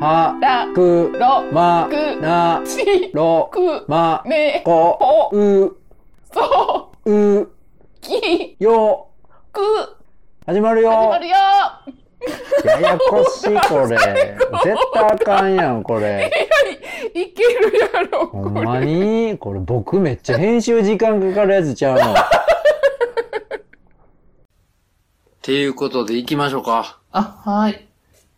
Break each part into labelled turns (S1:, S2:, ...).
S1: は、
S2: ら、
S1: く、
S2: ろ、
S1: ま、
S2: く、
S1: な、
S2: ち、
S1: ろ、
S2: く、
S1: ま、
S2: ね、
S1: こ、
S2: ぽ、
S1: う、、
S2: そうう、き、
S1: よ、
S2: く、
S1: 始まるよ。
S2: 始まるよ
S1: ややこしい、これ。絶対あかんやん、これ。
S2: いけるやろ、
S1: ほ
S2: こ
S1: ん
S2: れ。
S1: まにこれ僕めっちゃ編集時間かかるやつちゃうの。
S3: ていうことで行きましょうか。
S2: あ、はい。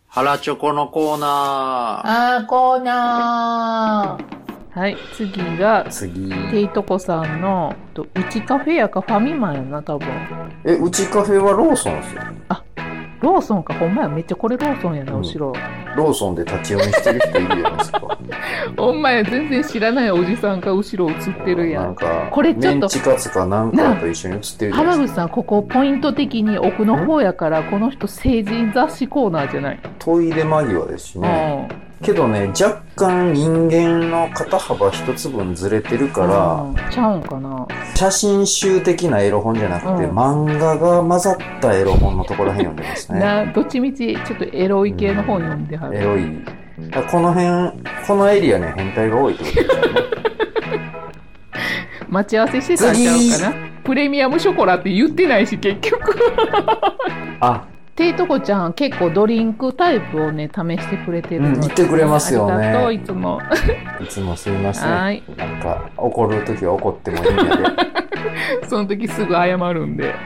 S3: 腹チョコのコーナー。
S2: あー、コーナー。はい、次が、
S3: 次。
S2: ていとこさんの、とうちカフェやかファミマやな、多分。
S3: え、うちカフェはローソンですよね。
S2: ローソンか、ほんまや、めっちゃこれローソンやな、
S3: うん
S2: 後ろ。
S3: ローソンで立ち読みしてる人いるじゃないですか。
S2: ほんまや、全然知らないおじさんが後ろ映ってるや
S3: なん
S2: ん。
S3: か、
S2: これちょっと
S3: メンチカツかなんかと一緒に写ってるじゃな
S2: 浜
S3: いです
S2: 口さん、ここポイント的に奥の方やから、この人成人雑誌コーナーじゃない。
S3: か。トイレ間際ですし
S2: う
S3: ね。
S2: ん。
S3: けどね、若干人間の肩幅一つ分ずれてるから、
S2: うんちゃうんかな。
S3: 写真集的なエロ本じゃなくて、
S2: うん
S3: 漫画が混ざったエロ本のところへん読んでますね。
S2: な、どっちみち、ちょっとエロい系の本読んでは
S3: エ
S2: る。
S3: ロい。だからこの辺、このエリアね、変態が多いってことですよね。
S2: 待ち合わせしてたんちゃうかな。プレミアムショコラって言ってないし、結局。
S3: あ、
S2: ていとこちゃん、結構ドリンクタイプをね、試してくれてるので
S3: うん言ってくれますよね
S2: ありがとう、いつも。
S3: いつもすいません。な
S2: はい。
S3: んか、怒るときは怒ってもいいんやで。
S2: その時すぐ謝るんで。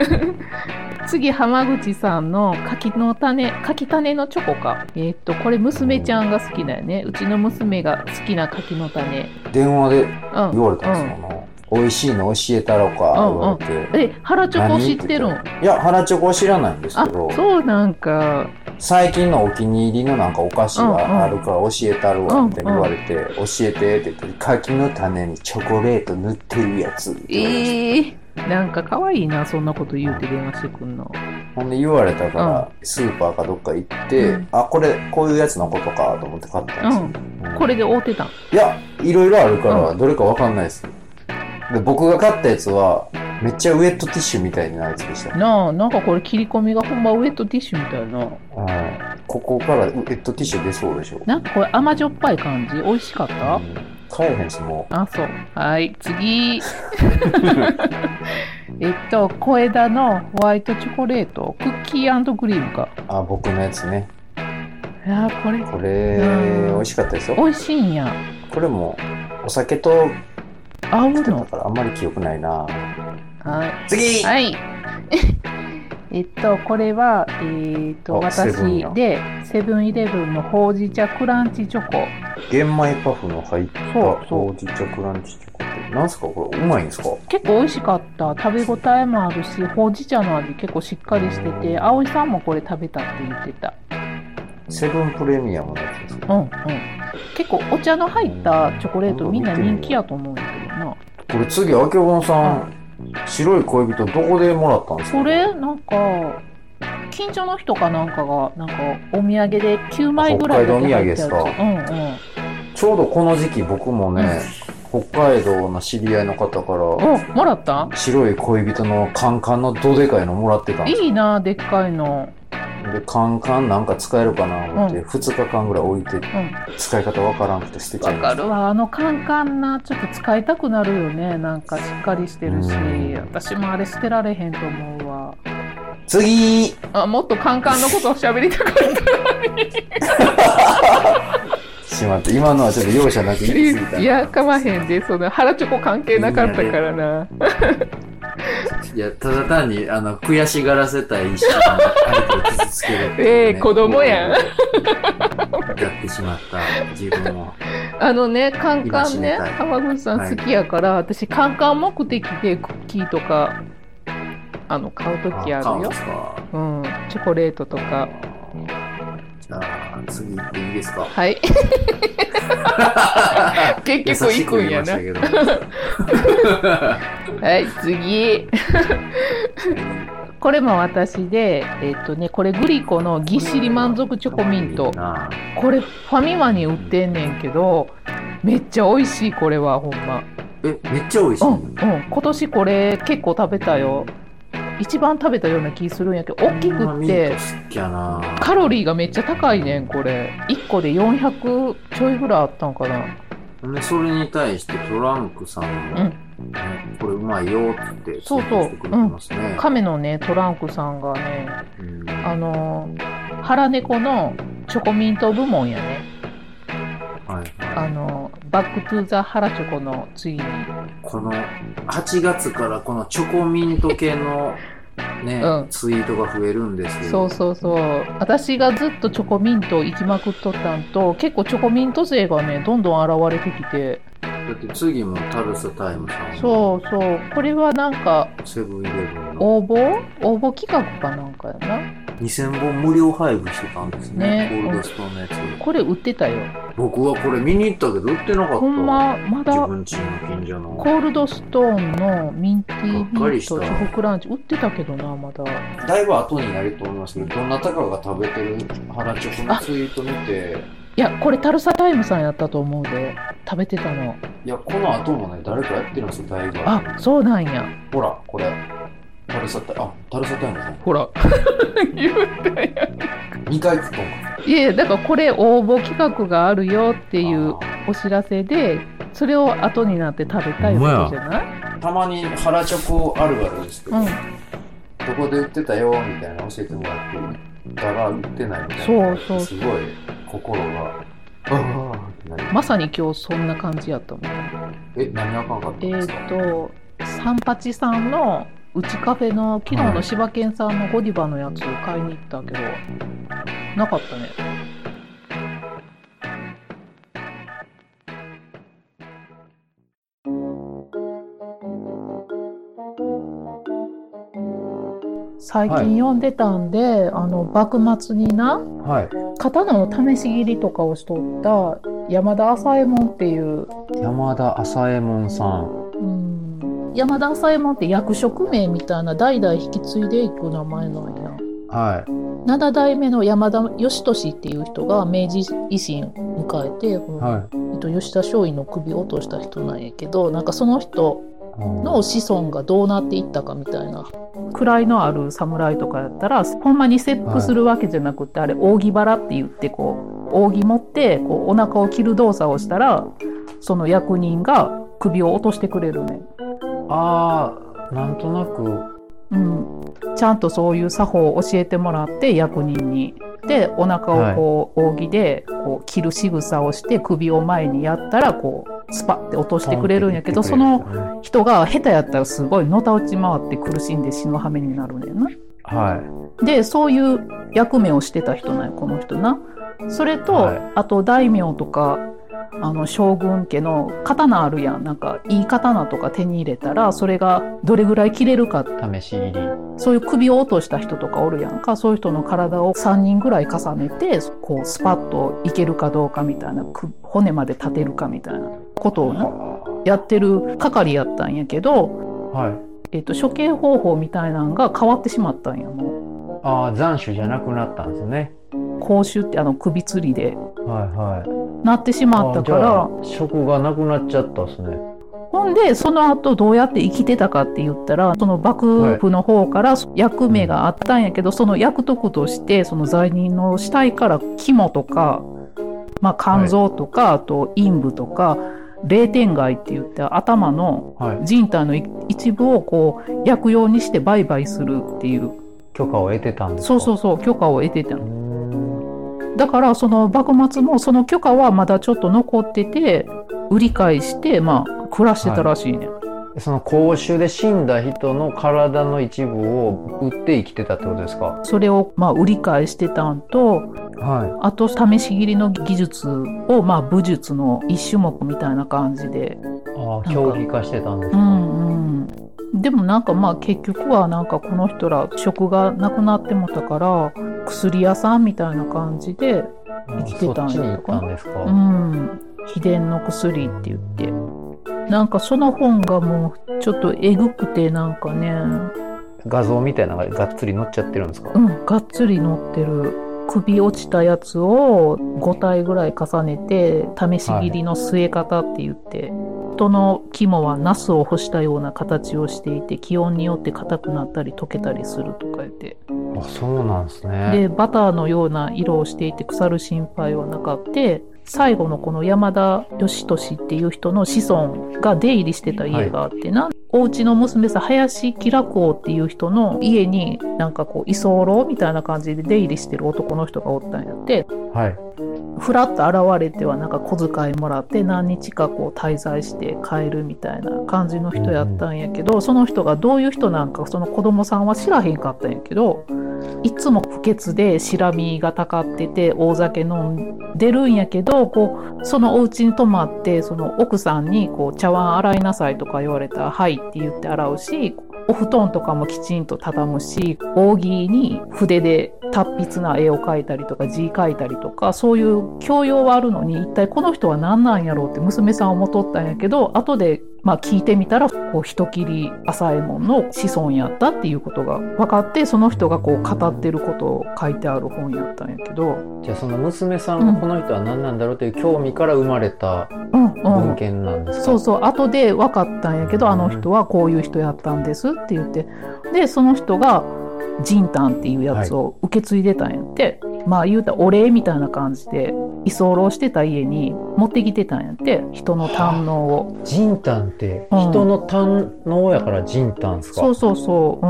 S2: 次、浜口さんの柿の種、柿種のチョコか。えーっと、これ娘ちゃんが好きだよね。うちの娘が好きな柿の種。
S3: 電話で
S2: うん。
S3: 言われたんですよ。あの美味しいの教えたろか、言われて。
S2: うん。え、原チョコ知ってる
S3: 何
S2: ん
S3: 言たらいや、腹チョコは知らないんです
S2: あ
S3: けど、、
S2: そうなんか。
S3: 最近のお気に入りのなんかお菓子があるから教えたるわ、みたいに言
S2: うんうん
S3: われて、教えてって言って、柿の種にチョコレート塗ってるやつって言われました。
S2: ええなんか可愛いな、そんなこと言うて電話してくんの。
S3: ほんで言われたから、スーパーかどっか行って、
S2: うん
S3: あ、これ、こういうやつのことかと思って買ったんですよ。うん
S2: これで会うてたん。
S3: いや、いろいろあるから、
S2: う
S3: どれかわかんないです。で、僕が買ったやつは、めっちゃウェットティッシュみたいなやつでした。
S2: なあ、なんかこれ切り込みがほんまウェットティッシュみたいな。
S3: うんここからウェットティッシュ出そうでしょ。
S2: なんかこれ甘じょっぱい感じ。美味しかった、
S3: うん買えへんし、も
S2: あ、そう。はい、 次。えっと、小枝のホワイトチョコレート、クッキークリームか。
S3: う。あ、僕のやつね。
S2: あー、これ、
S3: これ、
S2: うん
S3: 美味しかったですよ。
S2: 美味しいんや。
S3: これも、お酒と
S2: 合う
S3: 来てた
S2: の。
S3: から、あんまり記憶ないな。
S2: は
S3: 次
S2: い。はい。 えっと、これは、えーっと、
S3: あセ
S2: 私
S3: ブンや
S2: で、セブンイレブンのほうじ茶クランチチョコ。
S3: 玄米パフの入った
S2: そうそう
S3: ほうじ茶クランチチョコって、なんすかこれ、うまいんですか
S2: 結構美味しかった。食べ応えもあるし、ほうじ茶の味結構しっかりしてて、葵さんもこれ食べたって言ってた。
S3: セブンプレミアムのやつですね
S2: うんうん、結構お茶の入ったチョコレートみんな人気やと思うんやけどな
S3: これ次、あけぼのさん、白い恋人どこでもらったんですか
S2: それなんか近所の人かなんかがなんかお土産で9枚ぐらいだけ入って
S3: 北海
S2: あ
S3: 道
S2: る
S3: お土ちょうどこの時期僕もね、北海道の知り合いの方
S2: う
S3: か
S2: んうんおもらった
S3: ら、白い恋人のカンカンのどでかいのもらってたんです
S2: いいなでっかいの
S3: よ。で、カンカンなんか使えるかな思って、
S2: う
S3: 2日間ぐらい置いて、
S2: う
S3: 使い方わからんくて捨てちゃ
S2: わ
S3: いま
S2: か
S3: した。
S2: るわあのカンカンなちょっと使いたくなるよねなんかしっかりしてる
S3: う
S2: し
S3: ん
S2: 私もあれ捨てられへんと思うわ
S3: 次
S2: あもっとカンカンのことを喋りたかっ
S3: しまって、今のはちょっと容赦なく言い過ぎた
S2: た
S3: な。
S2: いやかまへんでその腹チョコ関係なかったからない
S3: や、ただ単に、あの、悔しがらせたい一瞬相手を傷つける、
S2: ええ子供やん
S3: やってしまった、自分を。
S2: あのね、カンカンね
S3: 今死にたい、
S2: 浜口さん好きやから、私、カンカン目的でクッキーとか、あの、買うときあるよ。
S3: か。
S2: うん、チョコレートとか。
S3: じゃあ、次行っていいですか。
S2: はい。結局行くんやな。
S3: 優しく言いましたけど
S2: はい、次。 これも私で、えっとね、これグリコのぎっしり満足 チョコミン ト。
S3: なあ
S2: これファミマに売ってんねんけど、めっちゃ美味しい、これは、ほんま。
S3: え、めっちゃ美味しい。
S2: うん、うん。今年これ結構食べたよ。一番食べたような気するんやけど大き
S3: ほんま
S2: くっ
S3: ミー
S2: て
S3: ト好きやな
S2: カロリーがめっちゃ高いねんこれ1個で400ちょいぐらいあったんかな
S3: でそれに対してトランクさんが、
S2: うん
S3: ねこれうまいよってって
S2: そうそ
S3: ツイート
S2: う
S3: してくれてますね。
S2: 亀のねトランクさんがね
S3: うん
S2: あのー腹猫のチョコミント部門やね
S3: はいはい
S2: あのーバックトゥーザハラチョコの次に
S3: この8月からこのチョコミント系の、ね
S2: うん
S3: ツイートが増えるんですよ。
S2: そうそうそう私がずっとチョコミント行きまくっとったんと結構チョコミント勢がねどんどん現れてきて
S3: だって次もタルサタイムさん
S2: そうそうこれはなんか
S3: セブンイレブンの
S2: 応募応募企画かなんかやな
S3: 2000本無料配布してたんですね。
S2: ね
S3: ゴールドストーンのやつ。
S2: これ売ってたよ
S3: 僕はこれ見に行ったけど売ってなかった。
S2: ほんまま
S3: 自
S2: だ
S3: 分家の近所
S2: コ
S3: の。
S2: ールドストーンのミンティミン
S3: がっかり
S2: トチ
S3: した
S2: ョコクランチ売ってたけどなまだ
S3: だいぶ後になると思いますけど、どなたかが食べてる腹チョコのツイート見て、
S2: いやこれタルサタイムさんやったと思うで食べてたの
S3: いや、この後もね、誰かやってるんですよ、だいぶ。
S2: あそうなんや
S3: ほら、これ。タルサタ、あ、タルサタイムさん。
S2: ほら 言ったや
S3: 2回食ったんか。
S2: いやだからこれ応募企画があるよっていう
S3: あ
S2: お知らせでそれを後になって食べたいことじゃない
S3: ーたまに腹チョコあるあるですけど、
S2: うん
S3: どこで売ってたよ、みたいなの教えてもらって、だら売ってないみたいな。
S2: そうそう
S3: すごい、心が、あーってなりま
S2: まさに今日そんな感じやったもん
S3: す。え、何あかんかった
S2: え
S3: ん
S2: っ、
S3: ですか、
S2: と三八さんのうちカフェの昨日
S3: は
S2: の
S3: い
S2: 柴犬さんのゴディバのやつ買いに行ったけどなかったね最
S1: はい
S2: 近読んでたんで、あの幕末にな
S1: はい。
S2: 刀の試し切りとかをしとった山田朝右衛門っていう
S1: 山田朝右衛門さん。
S2: うん山田朝右衛門って役職名みたいな代々引き継いでいく名前なんや
S1: はい。
S2: 7代目の山田義俊っていう人が明治維新迎えて、この
S1: はい。
S2: えっと、吉田松陰の首を落とした人なんやけどなんかその人
S1: うん
S2: の子孫がどうなっていったかみたいな位のある侍とかやったらほんまに切腹するわけじゃなくて、あれ扇腹って言ってこう扇持ってこうお腹を切る動作をしたらその役人が首を落としてくれるねん。
S1: ああ、なんとなく。
S2: うん、ちゃんとそういう作法を教えてもらって役人に。でお腹をこう、扇でこう切る仕草をして首を前にやったらこうスパッて落としてくれるんやけどその
S1: は
S2: 人が下手やったらすごいのたうち回って苦しんで死ぬ羽目になるねんな。
S1: い。
S2: でそういう役目をしてた人なんやこの人な。それと、
S1: はい
S2: あと大名とかあの将軍家の刀あるやんなんかいい刀とか手に入れたらそれがどれぐらい切れるか
S1: 試し切り。
S2: そういう首を落とした人とかおるやんかそういう人の体を3人ぐらい重ねてこうスパッといけるかどうかみたいなく骨まで立てるかみたいなことをなやってる係やったんやけど、
S1: はい。
S2: えっと処刑方法みたいなのが変わってしまったんやも
S1: ああ、斬首じゃなくなったんですね。
S2: う公衆ってあの首吊りで
S1: はいはい。
S2: なってしまったか
S1: じゃ
S2: ら
S1: あ。職がなくなっちゃったですね。
S2: ほんでその後どうやって生きてたかって言ったらその幕府の方から役目があったんやけど、その役得としてその罪人の死体から肝とか、まあ、肝臓とか、あと陰部とか霊天蓋って言って頭の
S1: はい。
S2: 人体の一部をこう薬用にして売買するっていう
S1: 許可を得てたんですか。。
S2: そうそううそう許可を得てた
S1: う
S2: の
S1: ーん
S2: だからその幕末もその許可はまだちょっと残ってて売り買いして、まあ、暮らしてたらしいね、
S1: その公衆で死んだ人の体の一部を売って生きてたってことですか。
S2: それをまあ売り買いしてたんと
S1: は
S2: あと試し切りの技術をまあ武術の一種目みたいな感じで
S1: い。ああ、競技化してたんです
S2: う
S1: か。
S2: んうんでもなんかまあ結局はなんかこの人ら職がなくなってもたから薬屋さんみたいな感じで生きてたん
S1: そっちに行
S2: やと
S1: っ
S2: か
S1: たんですか。
S2: うん秘伝の薬って言ってなんかその本がもうちょっとえぐくてなんかね
S1: 画像みたいなのががっつり載っちゃってるんですか
S2: う。んがっつり載ってる首落ちたやつを5体ぐらい重ねて試し切りの据え方って言って、人の肝はナスを干したような形をしていて気温によって硬くなったり溶けたりするとか言って
S3: あ、そうなんですね。
S2: でバターのような色をしていて腐る心配はなかって最後のこの山田義俊っていう人の子孫が出入りしてた家があってな、お家の娘さん林喜楽王っていう人の家になんかこう居候みたいな感じで出入りしてる男の人がおったんやって
S3: はい。
S2: ふらっと現れてはなんか小遣いもらって何日かこう滞在して帰るみたいな感じの人やったんやけど、その人がどういう人なんかその子供さんは知らへんかったんやけどいつも不潔で白身がたかってて大酒飲んでるんやけどこうそのお家に泊まってその奥さんにこう茶碗洗いなさいとか言われたら「はい」って言って洗うしお布団とかもきちんと畳むし扇に筆で達筆な絵を描いたりとか字描いたりとかそういう教養はあるのに一体この人は何なんやろうって娘さん思っとったんやけど後でまあ聞いてみたらこう人切り朝右衛門の子孫やったっていうことが分かってその人がこう語ってることを書いてある本やったんやけど、
S3: じゃあその娘さんがこの人は何なんだろうという興味から生まれた
S2: うんうん
S3: 文献なんですか、
S2: そうそう後で分かったんやけどあの人はこういう人やったんですって言ってでその人がジンタンっていうやつを受け継いでたんやって、まあ言うたらお礼みたいな感じで居候してた家に持ってきてたんやって人の堪能を
S3: ジンタンって人の堪能やからジンタンですか、
S2: そうそうそうう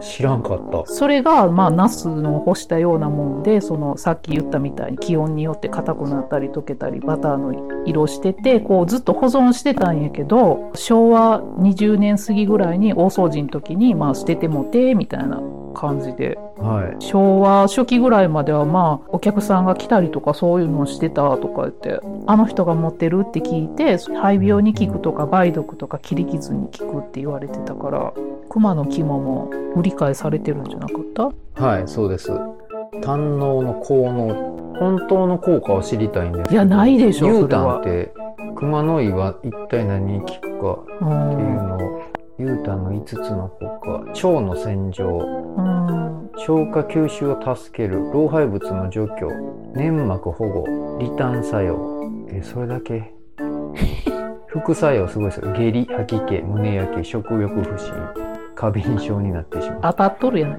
S2: ん
S3: 知らんかった。
S2: それがまあナスの干したようなもんでそのさっき言ったみたいに気温によって硬くなったり溶けたりバターの色しててこうずっと保存してたんやけど昭和20年過ぎぐらいに大掃除の時にまあ捨ててもてみたいな感じで
S3: はい。
S2: 昭和初期ぐらいまではまあお客さんが来たりとかそういうのをしてたとか言ってあの人が持ってるって聞いて肺病に効くとか梅毒とか切り傷に効くって言われてたから熊の肝も売り買いされてるんじゃなかった
S3: はい、そうです。堪能の効能、本当の効果を知りたいんですけど
S2: いやないでしょ
S3: ユ
S2: そ
S3: ー
S2: れ
S3: タン
S2: は
S3: って、熊の井は一体何に効くか
S2: う、
S3: っていうんのを、ユータンの5つの効果、腸の洗浄、
S2: うん、
S3: 消化吸収を助ける、老廃物の除去、粘膜保護、リターン作用。え、それだ け副作用すごいですよ。下痢、吐き気、胸焼け、食欲不振、過敏症になってしまう。
S2: 当たっとるやない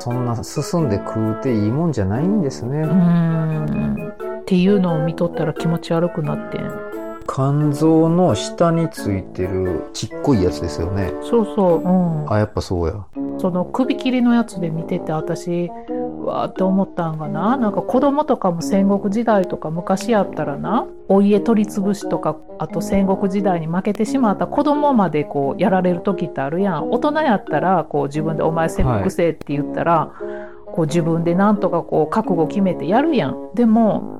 S3: そんな進んで食うていいもんじゃないんですね。
S2: うんっていうのを見とったら気持ち悪くなってん
S3: 肝臓の下についてるちっこいやつですよね。
S2: そうそううん
S3: あ、やっぱそうや。
S2: その首切りのやつで見てて私うわーって思ったんがななんか子供とかも戦国時代とか昔やったらなお家取り潰しとかあと戦国時代に負けてしまった子供までこうやられる時ってあるやん大人やったらこう自分で「お前戦国せえ」って言ったら、こう自分でなんとかこう覚悟決めてやるやんでも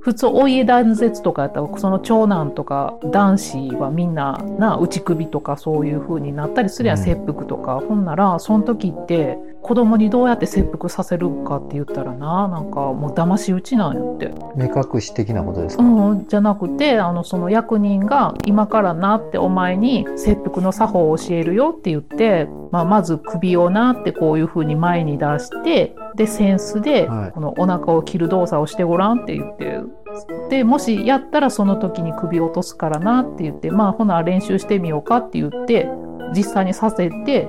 S2: 普通お家断絶とかやったらその長男とか男子はみんなな打ち首とかそういう風になったりするやん、
S3: うん
S2: 切腹とかほんならその時って子供にどうやって切腹させるかって言ったらななんかもう騙し討ちなんやって。
S3: 目隠し的なことですか、
S2: うん、じゃなくてあのその役人が「今からな」ってお前に切腹の作法を教えるよって言って、まあ、まず首をなってこういうふうに前に出してで扇子で
S3: はい
S2: このお腹を切る動作をしてごらんって言って。でもしやったらその時に首を落とすからなって言ってまあほな練習してみようかって言って実際にさせて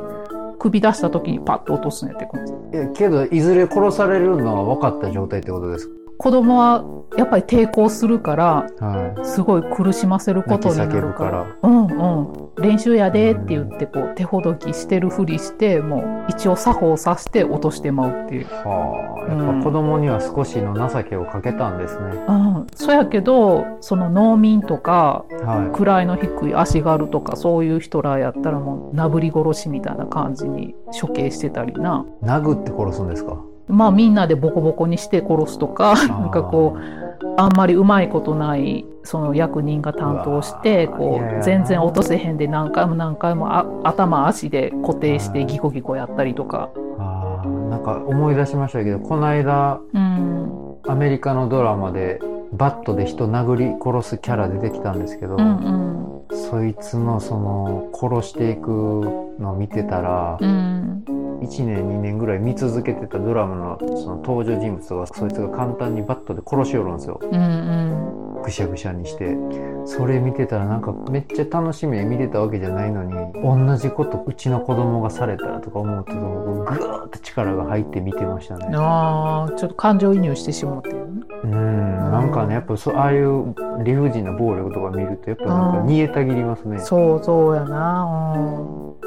S2: 首出した時にパッと落とすんやってこの
S3: いやけど、いずれ殺されるのは分かった状態ってことです
S2: 子供はやっぱり抵抗するから
S3: かは
S2: すごい苦しませることになるから
S3: 泣き
S2: うんうん、練習やでって言ってこう手ほどきしてるふりしてもう一応作法さして落としてまうっていう
S3: い。、はあ、やっ
S2: うん
S3: ぱ子供には少しの情けをかけたんですね。
S2: うん、そやけどその農民とか
S3: は。
S2: 位の低い足軽とかそういう人らやったらもうなぶり殺しみたいな感じに処刑してたりない
S3: 殴って殺すんですか
S2: まあみんなでボコボコにして殺すとかなんかこう
S3: う、
S2: あんまりうまいことないその役人が担当して
S3: うわー
S2: こ
S3: いやいや
S2: う全然落とせへんで何回も何回もあ頭足で固定してギコギコやったりとか。
S3: ああ、なんか思い出しましたけど、この間、
S2: うん
S3: アメリカのドラマで、バットで人殴り殺すキャラ出てきたんですけど、
S2: うん
S3: そいつのその殺していくのを見てたら
S2: うんうん
S3: 1年2年ぐらい見続けてたドラマのその登場人物はそいつが簡単にバットで殺しよるんですよ
S2: うん
S3: ぐしゃぐしゃにしてそれ見てたらなんかめっちゃ楽しみで見てたわけじゃないのに同じことうちの子供がされたらとか思うとこうグーッと力が入って見てましたね
S2: うん。ああ、ちょっと感情移入してしまってるね。
S3: うんなんかねやっぱそうああいう理不尽な暴力とか見るとやっぱなんか
S2: うん
S3: 煮えたぎりますね
S2: そうそうやな、うん、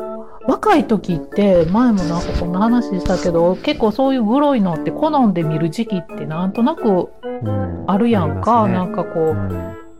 S2: 若い時って前もなんかこんな話したけど結構そういうグロいのって好んで見る時期ってなんとなく
S3: うん
S2: あるやんか、
S3: あり
S2: な
S3: ますね
S2: んかこう、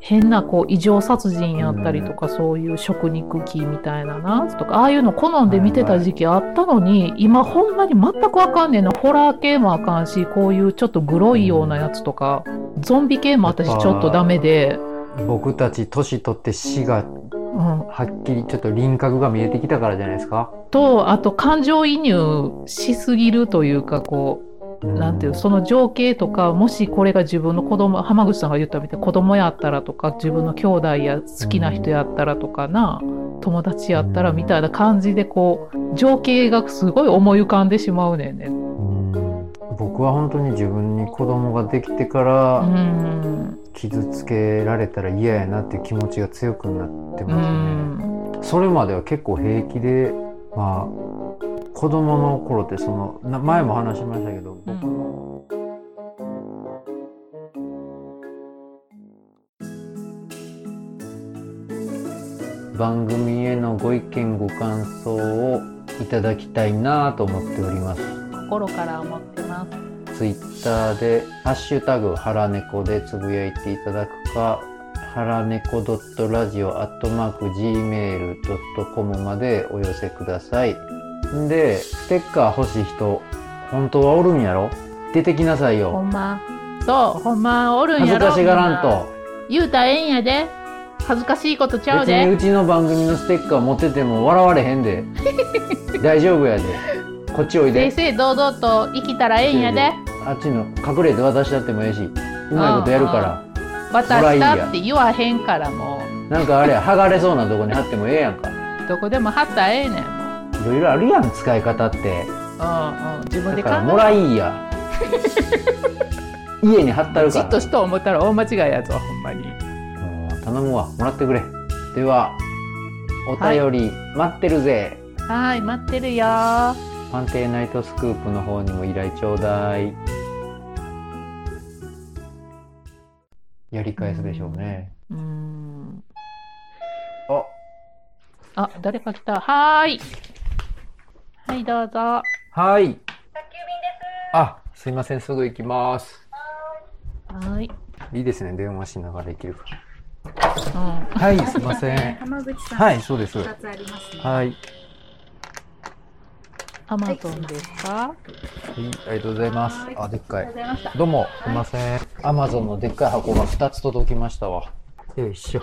S2: 変なこう異常殺人やったりとか、そういう食肉鬼みたいななとかああいうの好んで見てた時期あったのに、今ほんまに全くわかんねえなホラー系もあかんしこういうちょっとグロいようなやつとか、ゾンビ系も私ちょっとダメで、
S3: うん僕たち年取って死が
S2: うん、
S3: はっきりちょっと輪郭が見えてきたからじゃないですか、
S2: とあと感情移入しすぎるというかこ
S3: う
S2: うんなんていうその情景とかもしこれが自分の子供浜口さんが言ったみたいに子供やったらとか自分の兄弟や好きな人やったらとかな友達やったらみたいな感じでこう情景がすごい思い浮かんでしまうねんね。
S3: うん僕は本当に自分に子供ができてか
S2: う
S3: ら
S2: ん
S3: 傷つけられたら嫌やなっていう気持ちが強くなって
S2: う
S3: ますね。
S2: ん
S3: それまでは結構平気で、まあ、子供の頃ってそのな前も話しましたけど、僕の番組へのご意見ご感想をいただきたいなと思っております。
S2: 心から思ってます。
S3: ツイッターで「ハッシュタグハラネコ」でつぶやいていただくか、ハラネコ .radio.gmail.com までお寄せください。んで、ステッカー欲しい人、本当はおるんやろ出てきなさい
S2: ほ
S3: よ。
S2: んまそうほんまおるん
S3: 恥
S2: や
S3: ず
S2: ろ
S3: かしがらん
S2: みな
S3: と。
S2: 言うたらええんやで恥ずかしいことちゃう
S3: 別に
S2: で
S3: うちの番組のステッカー持ってても笑われへん で。大丈夫やで。こっちおい
S2: 正
S3: で。
S2: 々堂々と生きたらええんやで。
S3: あっちの隠れて渡しだってもええし、うまいことやるから。
S2: 渡したって言わへんからも
S3: なんかあれ剥がれそうなとこに貼ってもええやんか
S2: うどこでも貼ったらええねんもう
S3: いろいろあるやん使い方って
S2: うんうん自分
S3: だ
S2: で
S3: か
S2: 考
S3: らも
S2: え
S3: らいい や家に貼った
S2: て
S3: る
S2: じ
S3: か
S2: っと
S3: ら
S2: しと思ったら大間違いやぞほんまに
S3: もう頼むわもらってくれではお便り待ってるぜ、
S2: はい待ってるよー
S3: 探偵ナイトスクープの方にも依頼ちょうだいやり返すでしょうね
S2: うーん
S3: あ
S2: あ誰か来たはーいはいどうぞ
S3: はいあすいませんすぐ行きます
S2: はい、
S3: いいですね電話しながら行けるから
S2: うん、
S3: はいすいません
S4: 浜口さん、
S3: はい、そうです。
S4: 2つありますね。
S3: はい、
S2: アマゾンですか
S3: ありがとうございます。あ、でっか
S4: ありがとうござ
S3: い。
S4: いました。
S3: どうも、すいません。アマゾンのでっかい箱が2つ届きましたわ。よいしょ。